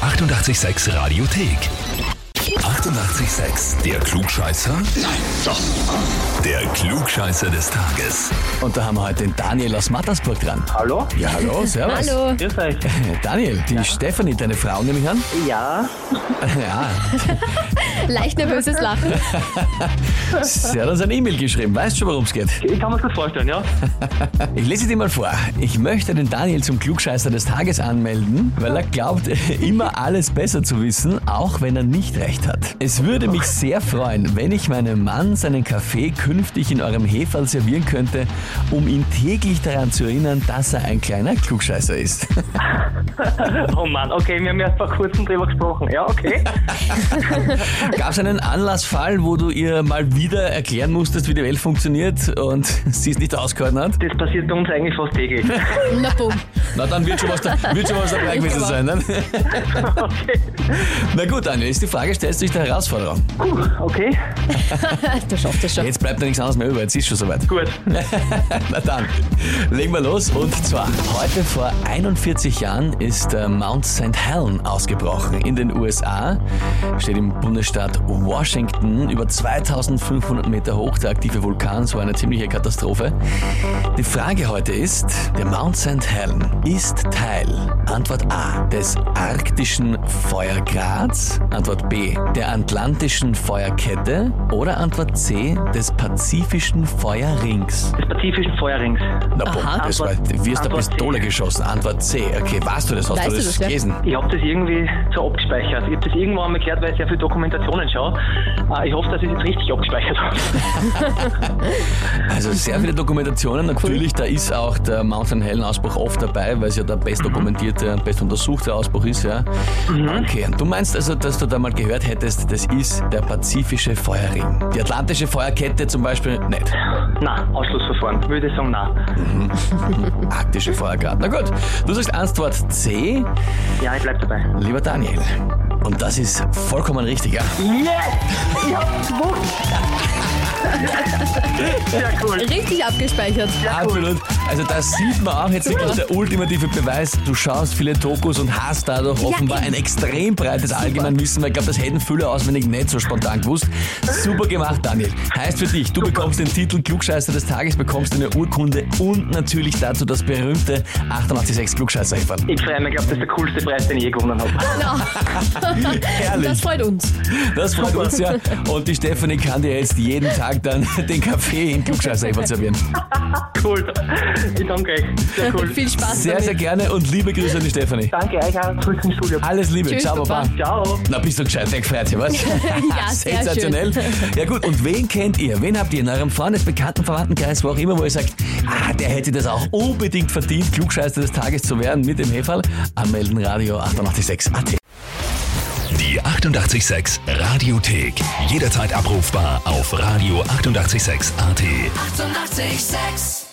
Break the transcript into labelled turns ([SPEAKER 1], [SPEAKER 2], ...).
[SPEAKER 1] 886 Radiothek. 88,6. Der Klugscheißer? Nein, doch. Der Klugscheißer des Tages.
[SPEAKER 2] Und da haben wir heute den Daniel aus Mattersburg dran.
[SPEAKER 3] Hallo?
[SPEAKER 2] Ja, hallo, servus.
[SPEAKER 4] Hallo.
[SPEAKER 3] Grüß euch.
[SPEAKER 2] Daniel, die Stefanie, deine Frau nehme ich an.
[SPEAKER 3] Ja,
[SPEAKER 2] Ja,
[SPEAKER 4] Leicht nervöses Lachen.
[SPEAKER 2] sie hat uns ein E-Mail geschrieben. Weißt schon, worum es geht?
[SPEAKER 3] ich kann mir das vorstellen, ja.
[SPEAKER 2] Ich lese dir mal vor. Ich möchte den Daniel zum Klugscheißer des Tages anmelden, weil er glaubt, immer alles besser zu wissen, auch wenn er nicht recht hat. Es würde mich sehr freuen, wenn ich meinem Mann seinen Kaffee künftig in eurem Heferl servieren könnte, um ihn täglich daran zu erinnern, dass er ein kleiner Klugscheißer ist.
[SPEAKER 3] Oh Mann, okay, wir haben erst vor kurzem drüber gesprochen. Ja, okay.
[SPEAKER 2] Gab es einen Anlassfall, wo du ihr mal wieder erklären musstest, wie die Welt funktioniert und sie es nicht ausgehalten hat?
[SPEAKER 3] Das passiert bei uns eigentlich fast täglich.
[SPEAKER 4] Na bumm.
[SPEAKER 2] Na, dann wird schon was, da, wird schon was dabei gewesen sein. Ne?
[SPEAKER 3] Okay.
[SPEAKER 2] Na gut, Daniel, ist die Frage, stellst du dich der Herausforderung?
[SPEAKER 3] Puh, okay,
[SPEAKER 4] Du schaffst es schon.
[SPEAKER 2] Jetzt bleibt da nichts anderes mehr über, jetzt ist schon soweit.
[SPEAKER 3] gut.
[SPEAKER 2] Na dann, legen wir los. Und zwar, heute vor 41 Jahren ist der Mount St. Helen ausgebrochen in den USA. Steht im Bundesstaat Washington, über 2500 Meter hoch. Der aktive Vulkan, so eine ziemliche Katastrophe. Die Frage heute ist, der Mount St. Helen ist Teil, Antwort A, des arktischen Feuergrats, Antwort B, der atlantischen Feuerkette oder Antwort C, des pazifischen Feuerrings.
[SPEAKER 3] Des pazifischen Feuerrings.
[SPEAKER 2] Na, boah,
[SPEAKER 4] Aha.
[SPEAKER 2] das war, du wirst eine
[SPEAKER 3] Antwort C.
[SPEAKER 2] Pistole geschossen. Antwort C. Okay, warst du das? Hast
[SPEAKER 4] Weißt
[SPEAKER 2] du
[SPEAKER 4] du
[SPEAKER 2] das,
[SPEAKER 4] das, ja?
[SPEAKER 2] gelesen?
[SPEAKER 3] Ich habe das irgendwie so abgespeichert. Ich habe das irgendwo einmal gehört, weil ich sehr viele Dokumentationen schaue. Äh, Ich hoffe, dass ich es jetzt richtig abgespeichert habe.
[SPEAKER 4] Mhm.
[SPEAKER 2] Also sehr viele Dokumentationen. Natürlich, da ist auch der Mountain Helen Ausbruch oft dabei, weil es ja der best
[SPEAKER 4] Mhm.
[SPEAKER 2] dokumentierte und best untersuchte Ausbruch ist, ja. Okay, und du meinst also, dass du da mal gehört hättest, das ist der pazifische Feuerring. Die atlantische Feuerkette zum Beispiel nicht.
[SPEAKER 3] Na, Ausschlussverfahren. Würde ich sagen, nein.
[SPEAKER 2] Arktische Feuergrad. Na gut, du sagst Antwort C,
[SPEAKER 3] Ja, ich bleib dabei.
[SPEAKER 2] lieber Daniel. Und das ist vollkommen richtiger.
[SPEAKER 3] Yes! Ich hab's gewusst! Sehr cool.
[SPEAKER 4] Richtig abgespeichert.
[SPEAKER 2] Absolut. Also das sieht man auch jetzt wirklich der ultimative Beweis. Du schaust viele Dokus und hast dadurch offenbar
[SPEAKER 4] eben.
[SPEAKER 2] ein extrem breites Allgemeinwissen, weil ich glaube, das hätten viele auswendig nicht so spontan gewusst. Super gemacht, Daniel. Heißt für dich, du bekommst den Titel Klugscheißer des Tages, bekommst eine Urkunde und natürlich dazu das berühmte 886 klugscheißer -Häferl.
[SPEAKER 3] Ich freue mich, ich glaube, das ist der coolste Preis, den ich je gewonnen habe.
[SPEAKER 4] Das
[SPEAKER 2] Herrlich.
[SPEAKER 4] freut uns.
[SPEAKER 2] Das freut uns ja. Und die Stefanie kann dir jetzt jeden Tag dann den Kaffee in klugscheißer -Häferl servieren.
[SPEAKER 3] Cool. Ich danke euch. Sehr cool.
[SPEAKER 4] Viel Spaß.
[SPEAKER 2] Sehr,
[SPEAKER 4] damit.
[SPEAKER 2] sehr gerne und liebe Grüße an die Stefanie.
[SPEAKER 3] Danke euch auch. Zurück ins Studio.
[SPEAKER 2] Alles Liebe.
[SPEAKER 4] Tschüss,
[SPEAKER 2] Ciao,
[SPEAKER 4] Papa.
[SPEAKER 2] Baba.
[SPEAKER 3] Ciao.
[SPEAKER 2] Na, bist du gescheit weggefeiert, hier, was?
[SPEAKER 4] Ja, sehr
[SPEAKER 2] Sensationell.
[SPEAKER 4] schön.
[SPEAKER 2] Ja gut, und wen kennt ihr? Wen habt ihr in eurem Freundes, Bekannten, Verwandtenkreis, wo auch immer, wo ihr sagt, ah, der hätte das auch unbedingt verdient, Klugscheißer des Tages zu werden mit dem Heferl? Anmelden Radio 886 AT.
[SPEAKER 1] Die 88,6 Radiothek. Jederzeit abrufbar auf radio886.at. 88,6.
[SPEAKER 5] Eighty-eight, sex.